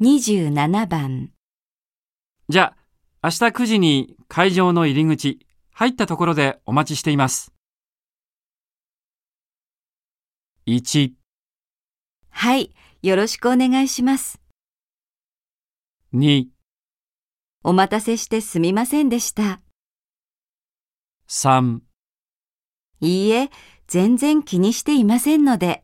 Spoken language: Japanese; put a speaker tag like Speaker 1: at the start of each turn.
Speaker 1: 27番、
Speaker 2: じゃあ、明日9時に会場の入り口、入ったところでお待ちしています。1、
Speaker 1: はい、よろしくお願いします。
Speaker 2: 2、
Speaker 1: お待たせしてすみませんでした。
Speaker 2: 3。
Speaker 1: いいえ、全然気にしていませんので。